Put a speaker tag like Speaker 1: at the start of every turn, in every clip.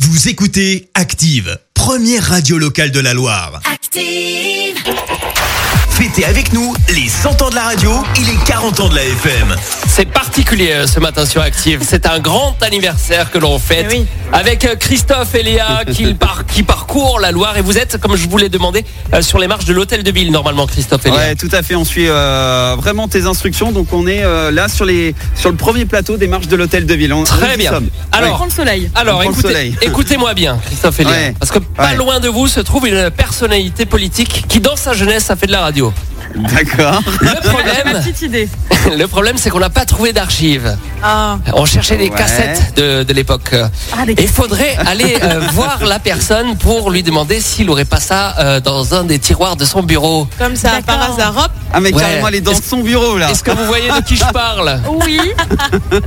Speaker 1: Vous écoutez Active, première radio locale de la Loire.
Speaker 2: Active.
Speaker 1: Fêtez avec nous les 100 ans de la radio et les 40 ans de la FM.
Speaker 3: C'est particulier euh, ce matin sur Active. C'est un grand anniversaire que l'on fête
Speaker 4: Eh oui.
Speaker 3: avec euh, Christophe et Léa qui, par- qui parcourent la Loire. Et vous êtes, comme je vous l'ai demandé, euh, sur les marches de l'hôtel de ville normalement, Christophe et Léa.
Speaker 5: Ouais, tout à fait. On suit euh, vraiment tes instructions. Donc, on est euh, là sur, les, sur le premier plateau des marches de l'hôtel de ville. On- on
Speaker 3: Très
Speaker 5: y
Speaker 3: bien.
Speaker 5: sommes.
Speaker 4: On
Speaker 3: Alors,
Speaker 4: prend le soleil.
Speaker 3: alors
Speaker 5: on prend le
Speaker 3: écoutez,
Speaker 5: soleil.
Speaker 3: écoutez-moi bien, Christophe et Léa.
Speaker 5: Ouais.
Speaker 3: Parce que pas
Speaker 5: Ouais.
Speaker 3: loin de vous se trouve une personnalité politique qui, dans sa jeunesse, a fait de la radio.
Speaker 5: Oui, D'accord.
Speaker 3: Le
Speaker 4: J'ai ma
Speaker 3: problème,
Speaker 4: petite idée.
Speaker 3: le problème c'est qu'on n'a pas trouvé d'archives.
Speaker 4: Ah,
Speaker 3: On cherchait des
Speaker 5: Ouais.
Speaker 3: cassettes de, de l'époque.
Speaker 4: Ah, des
Speaker 3: Et il faudrait aller euh, voir la personne pour lui demander s'il n'aurait pas ça euh, dans un des tiroirs de son bureau.
Speaker 4: comme ça,
Speaker 2: D'accord.
Speaker 4: par hasard. Hop,
Speaker 5: Ah, mais
Speaker 3: Ouais.
Speaker 5: carrément, elle est dans
Speaker 3: Est-ce-
Speaker 5: son bureau là.
Speaker 3: Est-ce que vous voyez de qui je parle
Speaker 4: oui.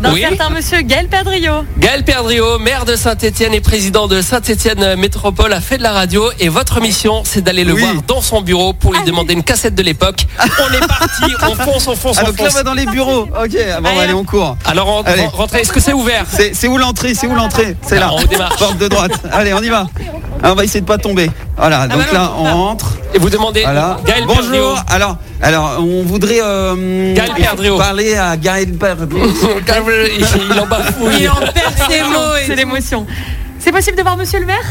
Speaker 4: D'un
Speaker 3: Oui.
Speaker 4: certain monsieur Gaël Padrio.
Speaker 3: Gaël Perdriau, maire de Saint-Étienne et président de Saint-Étienne Métropole, a fait de la radio et votre mission, c'est d'aller le
Speaker 5: Oui.
Speaker 3: voir dans son bureau pour lui demander une cassette de l'époque. On est parti, on fonce, on fonce,
Speaker 5: Ah,
Speaker 3: on
Speaker 5: donc là, on
Speaker 3: fonce.
Speaker 5: va dans les bureaux. Ok, ah, bon, bah, on va aller en cours.
Speaker 3: Alors on-
Speaker 5: Allez.
Speaker 3: on- rentrez, est-ce que c'est ouvert
Speaker 5: C'est c'est où l'entrée C'est où l'entrée C'est là.
Speaker 3: Alors, on démarre.
Speaker 5: Porte de droite. Allez, on y va. Ah, on va essayer de pas tomber.
Speaker 3: Ah,
Speaker 5: Voilà, donc
Speaker 4: bah non,
Speaker 5: là,
Speaker 4: on
Speaker 5: on
Speaker 4: va.
Speaker 5: rentre.
Speaker 3: Et vous demandez
Speaker 5: Voilà.
Speaker 3: Gaël Perdriau.
Speaker 5: Bonjour. Alors, alors, on voudrait euh,
Speaker 3: Gaël Perdriau.
Speaker 5: parler à Gaël Perdriau.
Speaker 3: Il en bafouille.
Speaker 4: perd ses mots. C'est l'émotion. C'est possible de voir monsieur le maire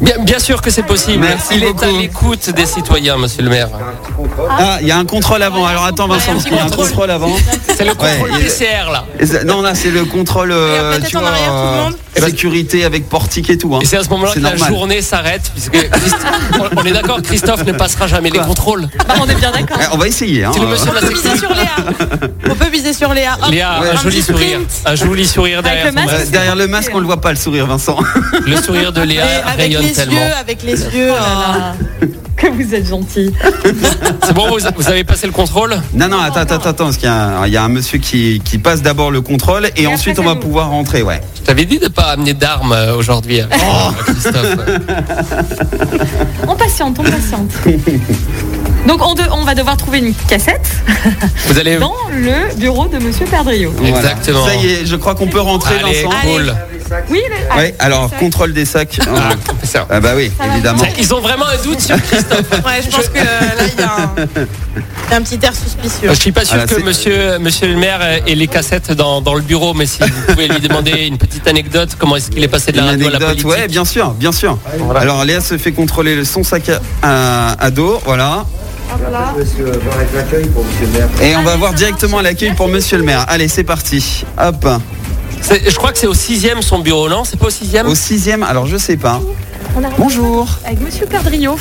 Speaker 3: Bien, bien sûr que c'est possible.
Speaker 5: Merci
Speaker 3: Il est
Speaker 5: beaucoup.
Speaker 3: à l'écoute des citoyens, monsieur le maire.
Speaker 5: Ah, il y a un contrôle avant. Alors attends, Vincent, parce qu'il y a un
Speaker 3: contrôle.
Speaker 5: contrôle avant.
Speaker 3: C'est le contrôle
Speaker 5: Ouais, il est-
Speaker 3: PCR là.
Speaker 5: Et ça- Non, là, c'est le contrôle euh,
Speaker 4: peut-être
Speaker 5: tu
Speaker 4: en
Speaker 5: vois,
Speaker 4: arrière, tout le
Speaker 5: euh,
Speaker 4: monde.
Speaker 5: sécurité avec portique et tout. hein.
Speaker 3: Et c'est à ce moment-là que
Speaker 5: C'est
Speaker 3: la
Speaker 5: normal.
Speaker 3: journée s'arrête, puisque Christ- on- on est d'accord, Christophe ne passera jamais les contrôles.
Speaker 4: Bah, On est bien d'accord.
Speaker 5: Eh, on va essayer. hein.
Speaker 3: C'est le monsieur de la sécurité.
Speaker 4: sur Léa. On peut miser sur Léa.
Speaker 3: Léa,
Speaker 5: Ouais,
Speaker 3: un
Speaker 5: un
Speaker 3: joli
Speaker 4: petit
Speaker 3: sourire.
Speaker 4: sprint.
Speaker 3: Un joli sourire derrière
Speaker 4: Oh. le
Speaker 3: son
Speaker 4: masque.
Speaker 5: Euh,
Speaker 3: masque.
Speaker 5: derrière le masque, on le voit pas le sourire, Vincent.
Speaker 3: Le sourire de Léa rayonne tellement.
Speaker 4: avec
Speaker 5: Oh
Speaker 4: les yeux. Que vous êtes gentil.
Speaker 3: C'est bon, vous, vous avez passé le contrôle
Speaker 5: Non, non, attends, attends, attends, parce qu'il y, a un- il y a un monsieur qui, qui passe d'abord le contrôle et, ensuite
Speaker 4: après,
Speaker 5: on va
Speaker 4: c'est nous.
Speaker 5: pouvoir rentrer, ouais.
Speaker 3: Je t'avais dit de ne pas amener d'armes euh, aujourd'hui, avec, euh, Christophe.
Speaker 4: On patiente, on patiente. Donc on, de- on va devoir trouver une cassette
Speaker 3: Vous allez.
Speaker 4: dans le bureau de monsieur Perdrio.
Speaker 5: Voilà.
Speaker 3: Exactement.
Speaker 5: Ça y est, je crois qu'on peut rentrer,
Speaker 3: Allez,
Speaker 5: Vincent.
Speaker 3: cool.
Speaker 4: Oui, le- ah,
Speaker 5: Ouais, alors contrôle des sacs.
Speaker 3: Ah, ça.
Speaker 5: Ah bah oui,
Speaker 4: Ça va,
Speaker 5: évidemment.
Speaker 3: Ils ont vraiment un doute sur Christophe.
Speaker 6: Ouais, je pense que euh, là, il y a un, il y a un petit air suspicieux.
Speaker 3: Euh, Je suis pas sûr
Speaker 5: Ah, là,
Speaker 3: que
Speaker 5: c'est-
Speaker 3: monsieur, monsieur le maire ait les cassettes dans, dans le bureau, mais si vous pouvez lui demander une petite anecdote, comment est-ce qu'il est passé de la
Speaker 5: Une
Speaker 3: radio à la
Speaker 5: anecdote,
Speaker 3: politique
Speaker 5: ouais, bien sûr, bien sûr. Alors Léa se fait contrôler le son sac à, à- à dos, voilà.
Speaker 7: Monsieur, voir avec l'accueil pour monsieur le maire.
Speaker 5: Et on va voir directement à l'accueil pour monsieur le maire. Allez, c'est parti. Hop.
Speaker 3: C'est- Je crois que c'est au sixième son bureau, non C'est pas au sixième
Speaker 5: Au sixième, alors je sais pas.
Speaker 4: on arrive
Speaker 5: Bonjour.
Speaker 4: avec monsieur Perdrio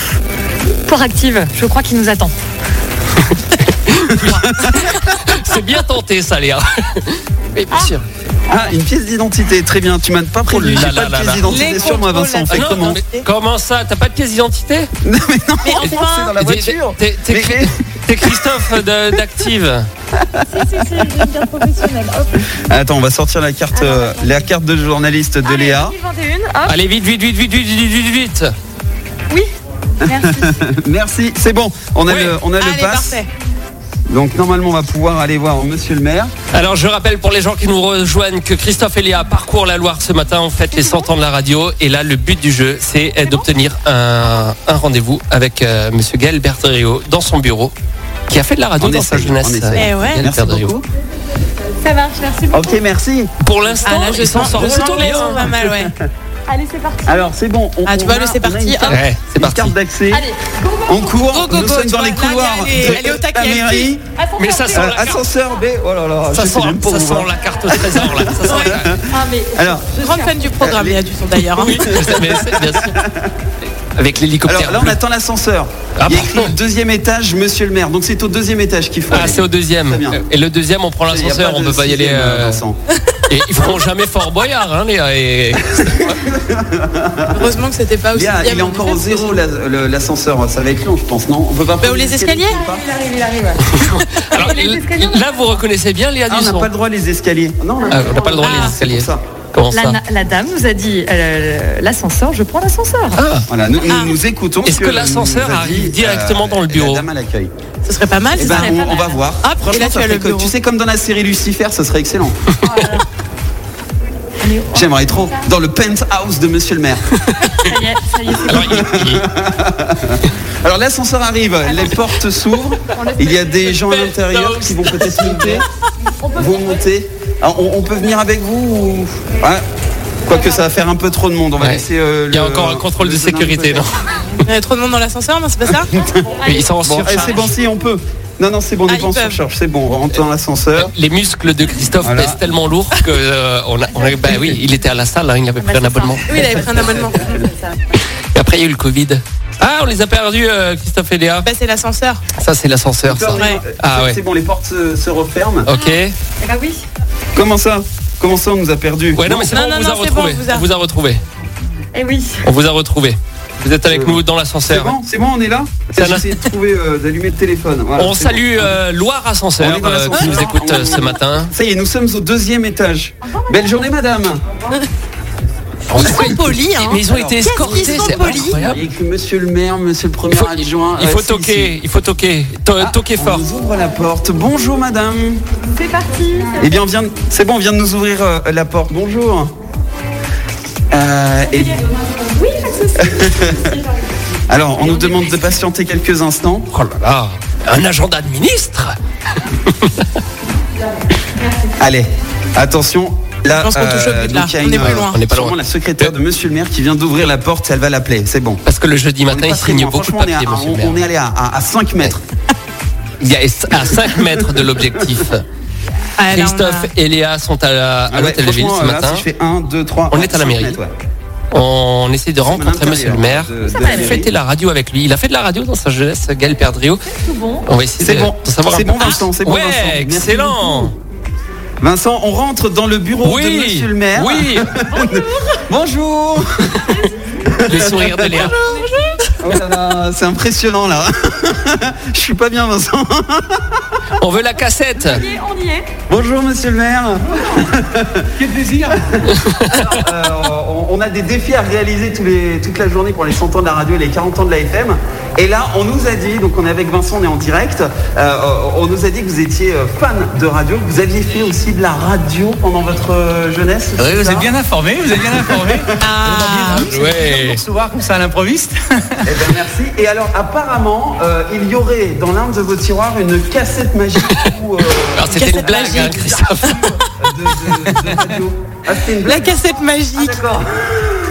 Speaker 4: pour Active. Je crois qu'il nous attend.
Speaker 3: C'est bien tenté, ça, Léa. Mais bien sûr.
Speaker 5: Ah, une pièce d'identité, très bien. Tu m'as pas prévenu,
Speaker 3: Oh là
Speaker 5: j'ai
Speaker 3: là
Speaker 5: pas de
Speaker 3: là là.
Speaker 5: pièce d'identité
Speaker 6: Les
Speaker 5: sur moi, Vincent.
Speaker 6: contrôles,
Speaker 3: Ah
Speaker 5: Fais
Speaker 3: non,
Speaker 5: comment
Speaker 3: non, mais comment ça T'as pas de pièce d'identité
Speaker 5: Non, mais non,
Speaker 6: Mais
Speaker 5: c'est dans
Speaker 6: enfin,
Speaker 5: la
Speaker 3: T'es-
Speaker 5: voiture.
Speaker 3: T'es t'es
Speaker 5: Mais-
Speaker 3: Chri- t'es Christophe de- d'Active.
Speaker 5: Attends, on va sortir la carte, euh, la carte de journaliste de Léa.
Speaker 4: 2021, hop.
Speaker 3: Allez, vite, vite, vite, vite, vite, vite, vite, vite.
Speaker 4: Oui, merci.
Speaker 5: Merci, c'est bon. On a
Speaker 3: Oui.
Speaker 5: le, on a le
Speaker 6: allez,
Speaker 5: pass.
Speaker 6: parfait.
Speaker 5: Donc normalement, on va pouvoir aller voir monsieur le maire.
Speaker 3: Alors je rappelle pour les gens qui nous rejoignent que Christophe et Léa parcourent la Loire ce matin, on fête les 100 ans de la radio et là le but du jeu c'est d'obtenir un, un rendez-vous avec euh, Monsieur Gaël Bertherio dans son bureau qui a fait de la radio
Speaker 5: On
Speaker 3: dans sa
Speaker 5: essaye, on
Speaker 3: jeunesse.
Speaker 5: essaye.
Speaker 3: Gaël
Speaker 6: Eh ouais.
Speaker 5: Merci
Speaker 3: Bertherio.
Speaker 5: beaucoup.
Speaker 4: Ça marche, merci beaucoup.
Speaker 5: Ok, merci.
Speaker 3: Pour l'instant
Speaker 6: Ah, là, je
Speaker 3: ils s'en
Speaker 6: sens, je
Speaker 3: sortent
Speaker 6: sens
Speaker 3: plutôt
Speaker 6: les
Speaker 3: bien.
Speaker 6: sons pas mal, ouais.
Speaker 4: Allez, c'est parti.
Speaker 5: Alors c'est bon. on-
Speaker 6: Ah, tu
Speaker 5: on
Speaker 6: vois,
Speaker 5: a-
Speaker 6: le c'est
Speaker 5: on a
Speaker 6: parti,
Speaker 5: une
Speaker 6: hop.
Speaker 5: carte-
Speaker 3: Ouais, c'est
Speaker 5: une
Speaker 3: parti.
Speaker 5: carte d'accès.
Speaker 4: Allez, go, go.
Speaker 5: On court,
Speaker 6: Go, go,
Speaker 5: nous
Speaker 6: go,
Speaker 5: sommes
Speaker 6: tu
Speaker 5: dans
Speaker 6: vois,
Speaker 5: les
Speaker 6: là,
Speaker 5: couloirs
Speaker 6: elle est-
Speaker 5: de
Speaker 6: elle est au taquet.
Speaker 5: la mairie.
Speaker 4: Ascenseur
Speaker 3: Mais ça
Speaker 4: B.
Speaker 3: sent
Speaker 5: Euh,
Speaker 3: la carte,
Speaker 5: ascenseur B. Oh là là.
Speaker 3: ça
Speaker 5: je sais
Speaker 3: sent-
Speaker 5: même pas
Speaker 3: ça
Speaker 5: où on va.
Speaker 3: sent la carte au trésor là. Ça sent la-
Speaker 4: Ah, mais
Speaker 5: Alors,
Speaker 6: Grande fan du
Speaker 5: Ah,
Speaker 6: programme, Léa Dusson d'ailleurs. hein.
Speaker 3: Oui, mais c'est- bien sûr. Avec l'hélicoptère.
Speaker 5: alors là, on attend l'ascenseur.
Speaker 3: Ah,
Speaker 5: Il y a écrit
Speaker 3: pardon.
Speaker 5: deuxième étage, monsieur le maire. Donc c'est au deuxième étage qu'il faut.
Speaker 3: Ah
Speaker 5: aller.
Speaker 3: c'est au deuxième.
Speaker 5: Très bien.
Speaker 3: Et le deuxième on prend
Speaker 5: Il y a
Speaker 3: l'ascenseur,
Speaker 5: pas
Speaker 3: on
Speaker 5: de
Speaker 3: peut pas y aller.
Speaker 5: sixième,
Speaker 3: euh,
Speaker 5: Vincent.
Speaker 3: Et ils feront jamais Fort Boyard hein Léa et
Speaker 6: Heureusement que c'était pas aussi.
Speaker 5: Bien, il est encore au zéro la- le- l'ascenseur. Ça va être long, je pense, non On peut pas.
Speaker 6: Bah, ou les escaliers
Speaker 3: Alors, là, vous reconnaissez bien Léa
Speaker 5: Ah, on n'a
Speaker 3: Dusson.
Speaker 5: pas le droit les escaliers. Non, non.
Speaker 3: Ah, on n'a pas le droit
Speaker 6: Ah,
Speaker 3: les escaliers.
Speaker 5: c'est pour ça.
Speaker 3: Comment
Speaker 4: la,
Speaker 3: ça
Speaker 4: na- la dame nous a dit euh, l'ascenseur, je prends l'ascenseur.
Speaker 5: Voilà, nous, nous-
Speaker 6: Ah.
Speaker 5: nous écoutons.
Speaker 3: Est-ce
Speaker 5: ce
Speaker 3: que l'ascenseur
Speaker 5: nous a
Speaker 3: arrive
Speaker 5: dit,
Speaker 3: directement dans le
Speaker 5: la
Speaker 3: bureau
Speaker 5: dame à l'accueil.
Speaker 6: Ce serait pas mal,
Speaker 5: Eh
Speaker 6: ce
Speaker 5: ben,
Speaker 6: serait
Speaker 5: on,
Speaker 6: pas
Speaker 5: on va
Speaker 6: mal.
Speaker 5: voir.
Speaker 6: Hop, et là,
Speaker 5: Franchement,
Speaker 6: tu
Speaker 5: ça
Speaker 6: as le
Speaker 5: ferait que-
Speaker 6: bureau.
Speaker 5: tu sais, comme dans la série Lucifer, ça serait excellent.
Speaker 4: Mais-
Speaker 6: Ah.
Speaker 5: J'aimerais trop. Dans le penthouse de Monsieur le maire.
Speaker 4: Ça y est, ça y est, c'est
Speaker 3: Alors, il- il-
Speaker 5: Alors l'ascenseur arrive,
Speaker 6: Ah,
Speaker 5: les portes s'ouvrent, il y a des gens à l'intérieur qui vont peut-être monter, vont monter. Alors, on, on peut venir avec vous ou... ouais. Quoique ça va faire un peu trop de monde, on va
Speaker 3: Ouais.
Speaker 5: laisser... euh,
Speaker 3: il y a
Speaker 5: le-
Speaker 3: encore un contrôle
Speaker 5: le
Speaker 3: de
Speaker 5: jeune homme
Speaker 3: sécurité,
Speaker 5: peut-être.
Speaker 3: non
Speaker 6: Il y a trop de monde dans l'ascenseur, non, c'est pas ça
Speaker 3: Mais ils sont en
Speaker 5: Bon, eh,
Speaker 3: surcharge.
Speaker 5: c'est bon, si on peut. Non, non, c'est bon, on
Speaker 6: Ah,
Speaker 5: est
Speaker 6: ils
Speaker 5: pas en
Speaker 6: peuvent.
Speaker 5: surcharge, c'est bon, on rentre dans l'ascenseur.
Speaker 3: Les muscles de Christophe
Speaker 5: Voilà.
Speaker 3: pèsent tellement lourd que euh, on a, on a- bah oui, il était à la salle, hein, il
Speaker 5: Ah,
Speaker 3: avait pris
Speaker 5: bah,
Speaker 3: un abonnement.
Speaker 6: Oui, il avait pris un abonnement.
Speaker 3: Et après il y a eu le Covid. Ah, on les a perdus, euh, Christophe et Léa.
Speaker 6: Bah, c'est l'ascenseur.
Speaker 3: Ça c'est l'ascenseur, ça.
Speaker 6: Ouais.
Speaker 3: Ah, ouais. Oh.
Speaker 5: C'est bon, les portes se, se referment.
Speaker 3: Ok.
Speaker 4: Ah Bah oui.
Speaker 5: Comment ça Comment ça, on nous a perdu
Speaker 3: Ouais, non, mais c'est
Speaker 6: Non,
Speaker 3: bon, on
Speaker 6: non,
Speaker 3: vous a
Speaker 6: non, c'est bon,
Speaker 3: retrouvé.
Speaker 6: on vous a-
Speaker 3: On vous a retrouvé.
Speaker 4: Eh oui.
Speaker 3: On vous a retrouvé. Vous êtes avec
Speaker 5: Euh,
Speaker 3: nous dans
Speaker 5: C'est
Speaker 3: l'ascenseur.
Speaker 5: bon, c'est bon, on est là
Speaker 3: Ça va.
Speaker 5: J'essaie de trouver, euh, d'allumer le téléphone. voilà,
Speaker 3: On
Speaker 5: c'est bon.
Speaker 3: salue euh, Loire
Speaker 5: On
Speaker 3: Ascenseur
Speaker 5: est dans
Speaker 3: euh, qui
Speaker 5: l'ascenseur.
Speaker 3: nous écoute euh, ce matin.
Speaker 5: Ça y est, nous sommes au deuxième étage. Belle journée, madame. Ah
Speaker 3: En tout cas,
Speaker 6: Ils sont polis, hein.
Speaker 3: Mais ils ont été
Speaker 6: Qu'est-ce
Speaker 3: escortés,
Speaker 6: qu'ils sont
Speaker 3: c'est
Speaker 6: polis.
Speaker 3: incroyable.
Speaker 5: Il y a écrit Monsieur le maire, Monsieur le premier
Speaker 3: Il faut-
Speaker 5: adjoint.
Speaker 3: Il
Speaker 5: euh,
Speaker 3: faut
Speaker 5: si, si.
Speaker 3: toquer, il faut toquer. To- Toquer
Speaker 5: On
Speaker 3: fort.
Speaker 5: nous ouvre la porte. Bonjour, madame.
Speaker 4: C'est parti.
Speaker 5: Eh bien, on vient. de- C'est bon, on vient de nous ouvrir euh, la porte. Bonjour. Euh, et-
Speaker 4: Oui, pas de souci.
Speaker 5: Alors, on nous demande de patienter quelques instants.
Speaker 3: Oh là là, un agenda de ministre
Speaker 5: Allez, attention. Là, euh,
Speaker 6: Je pense qu'on touche au but, là.
Speaker 5: donc, il y a
Speaker 6: On n'est
Speaker 5: une,
Speaker 6: pas loin.
Speaker 3: On n'est pas
Speaker 5: sûrement
Speaker 3: loin.
Speaker 5: la secrétaire de Monsieur le maire qui vient d'ouvrir la porte. Elle va l'appeler. C'est bon.
Speaker 3: Parce que le jeudi
Speaker 5: On
Speaker 3: matin,
Speaker 5: est
Speaker 3: il
Speaker 5: pas très
Speaker 3: signe
Speaker 5: loin.
Speaker 3: beaucoup de
Speaker 5: Franchement, on est
Speaker 3: papiers,
Speaker 5: à-
Speaker 3: monsieur le
Speaker 5: on- on
Speaker 3: maire.
Speaker 5: est allé à, à, à 5 mètres.
Speaker 3: Il y a à 5 mètres de l'objectif.
Speaker 6: Ah, là, on a-
Speaker 3: Christophe et Léa sont à, la- à
Speaker 5: Ah ouais,
Speaker 3: l'hôtel de ville ce
Speaker 5: franchement, là,
Speaker 3: matin.
Speaker 5: si je fais 1, 2, 3.
Speaker 3: On est à la mairie. On essaie de rencontrer monsieur le maire. Il a fêté la radio avec lui. Il a fait de la radio dans sa jeunesse, Gaël Perdriau.
Speaker 4: Tout bon.
Speaker 3: On va essayer
Speaker 5: C'est
Speaker 3: de,
Speaker 5: bon.
Speaker 3: de savoir un
Speaker 5: C'est
Speaker 3: peu
Speaker 5: bon,
Speaker 3: plus.
Speaker 5: Vincent, c'est bon,
Speaker 3: Ouais,
Speaker 5: Vincent. Merci
Speaker 3: excellent.
Speaker 5: Vincent, on rentre dans le bureau de
Speaker 3: Oui,
Speaker 5: Monsieur le maire.
Speaker 3: oui.
Speaker 5: Bonjour.
Speaker 3: Le sourire de Léa.
Speaker 5: Oh là là, c'est impressionnant là. Je suis pas bien, Vincent.
Speaker 3: On veut la cassette.
Speaker 4: On y est, on y est.
Speaker 5: Bonjour, Monsieur le maire. Quel plaisir. euh, on, on a des défis à réaliser tous les- toute la journée pour les 100 ans de la radio et les 40 ans de la FM. Et là, on nous a dit, donc on est avec Vincent, on est en direct. euh, on nous a dit que vous étiez euh, fan de radio, que vous aviez fait aussi de la radio pendant votre euh, jeunesse.
Speaker 2: Oui, vous
Speaker 5: c'est
Speaker 2: êtes
Speaker 5: ça
Speaker 2: bien informé, vous êtes bien informé.
Speaker 6: Ah,
Speaker 3: Ouais.
Speaker 2: Pour recevoir comme ça à l'improviste.
Speaker 5: Eh ben, merci. Et alors, apparemment, euh, il y aurait dans l'un de vos tiroirs une cassette magique ou, euh,
Speaker 3: Alors, C'était une
Speaker 6: Cassette
Speaker 3: blague, hein,
Speaker 6: magique.
Speaker 3: Christophe.
Speaker 5: de, de- de radio. Ah, c'était une
Speaker 6: la
Speaker 5: blague.
Speaker 6: cassette
Speaker 5: Ah,
Speaker 6: magique.
Speaker 5: d'accord.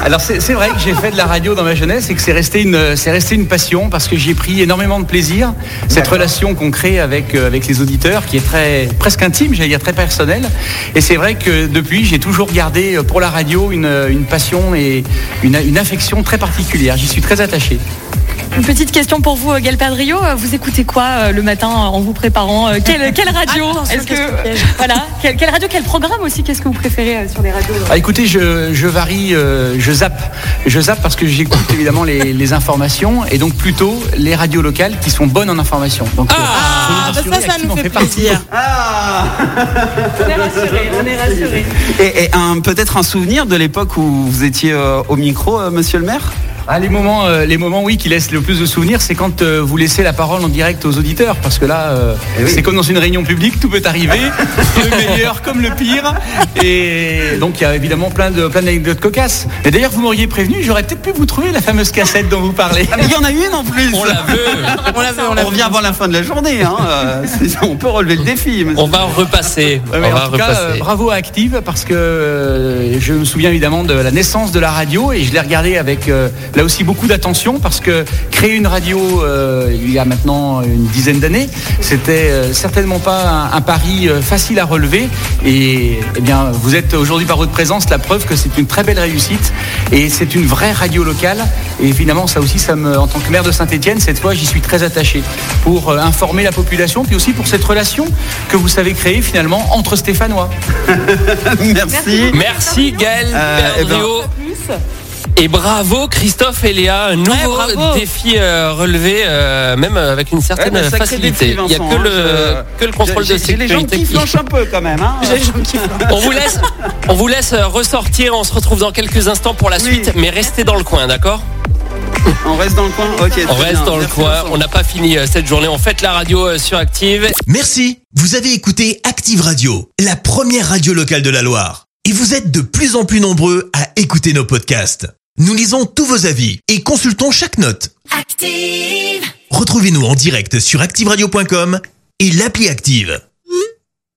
Speaker 2: Alors c'est c'est vrai que j'ai fait de la radio dans ma jeunesse et que c'est resté une c'est resté une passion parce que j'ai pris énormément de plaisir cette
Speaker 5: D'accord.
Speaker 2: relation qu'on crée avec euh, avec les auditeurs qui est très presque intime j'allais dire très personnelle et c'est vrai que depuis j'ai toujours gardé euh, pour la radio une, euh, une passion et une, une affection très particulière j'y suis très attaché
Speaker 4: Une petite question pour vous, euh, Galpard Rio. Vous écoutez quoi euh, le matin euh, en vous préparant Euh, quelle, quelle radio
Speaker 6: Attention,
Speaker 4: Est-ce
Speaker 6: question piège.
Speaker 4: que voilà quelle, quelle radio, quel programme aussi Qu'est-ce que vous préférez euh, sur les radios
Speaker 2: Ah, écoutez, je, je varie, euh, je zappe. Je zappe parce que j'écoute évidemment les, les informations et donc plutôt les radios locales qui sont bonnes en information. Donc, euh,
Speaker 6: Ah, bah
Speaker 2: je vais vous
Speaker 6: ça,
Speaker 2: rassurer,
Speaker 6: ça nous
Speaker 2: Active en
Speaker 6: fait
Speaker 2: partie.
Speaker 6: plaisir.
Speaker 5: Ah
Speaker 4: On est rassurés, on est rassurés.
Speaker 5: Et, et un- peut-être un souvenir de l'époque où vous étiez euh, au micro, euh, monsieur le maire
Speaker 2: Ah, les moments, euh, les moments, oui, qui laissent le plus de souvenirs, c'est quand euh, vous laissez la parole en direct aux auditeurs, parce que là, euh,
Speaker 5: Eh oui.
Speaker 2: c'est comme dans une réunion publique, tout peut arriver, le meilleur comme le pire, et donc il y a évidemment plein de plein d'anecdotes cocasses. Et d'ailleurs, vous m'auriez prévenu, j'aurais peut-être pu vous trouver la fameuse cassette dont vous parlez.
Speaker 5: Ah, mais Il y en a une en plus
Speaker 3: On la veut.
Speaker 6: On l'avait, on
Speaker 5: On
Speaker 6: l'avait.
Speaker 5: revient avant la fin de la journée, hein. euh, c'est- on peut relever le défi. monsieur.
Speaker 3: On va repasser.
Speaker 2: Ouais,
Speaker 3: On
Speaker 2: mais
Speaker 3: va
Speaker 2: en tout cas, euh,
Speaker 3: repasser.
Speaker 2: bravo à Active parce que euh, je me souviens évidemment de la naissance de la radio et je l'ai regardée avec euh, là aussi beaucoup d'attention parce que créer une radio euh, il y a maintenant une dizaine d'années, c'était euh, certainement pas un, un pari euh, facile à relever et eh bien vous êtes aujourd'hui par votre présence la preuve que c'est une très belle réussite et c'est une vraie radio locale et finalement ça aussi ça me en tant que maire de Saint-Étienne cette fois j'y suis très attaché pour euh, informer la population puis aussi pour cette relation que vous savez créer finalement entre Stéphanois.
Speaker 5: Merci.
Speaker 3: Merci Gaël
Speaker 5: Euh, eh ben-
Speaker 3: Perdriau. Et bravo Christophe et Léa, un nouveau
Speaker 6: Ouais, bravo.
Speaker 3: défi euh, relevé, euh, même avec une certaine
Speaker 5: Ouais, mais sacré
Speaker 3: facilité.
Speaker 5: défi,
Speaker 3: Il n'y a
Speaker 5: Vincent,
Speaker 3: que le,
Speaker 5: hein, je-
Speaker 3: que le contrôle
Speaker 5: J'ai-
Speaker 3: de
Speaker 5: j'ai Les gens
Speaker 3: sécurité.
Speaker 5: qui
Speaker 3: qui-
Speaker 5: flanchent un peu quand même. hein.
Speaker 6: J'ai les jambes qui font.
Speaker 3: On vous laisse, on vous laisse euh, ressortir. On se retrouve dans quelques instants pour la
Speaker 5: Oui.
Speaker 3: suite, mais restez dans le coin, d'accord
Speaker 5: On reste dans le coin. Ok. très
Speaker 3: On reste
Speaker 5: bien.
Speaker 3: dans le
Speaker 5: Merci,
Speaker 3: coin.
Speaker 5: Vincent.
Speaker 3: On n'a pas fini euh, cette journée. On fête la radio euh, sur Active.
Speaker 1: Merci, vous avez écouté Active Radio, la première radio locale de la Loire. et vous êtes de plus en plus nombreux à écouter nos podcasts. Nous lisons tous vos avis et consultons chaque note.
Speaker 8: Active!
Speaker 1: Retrouvez-nous en direct sur activeradio.com et l'appli Active.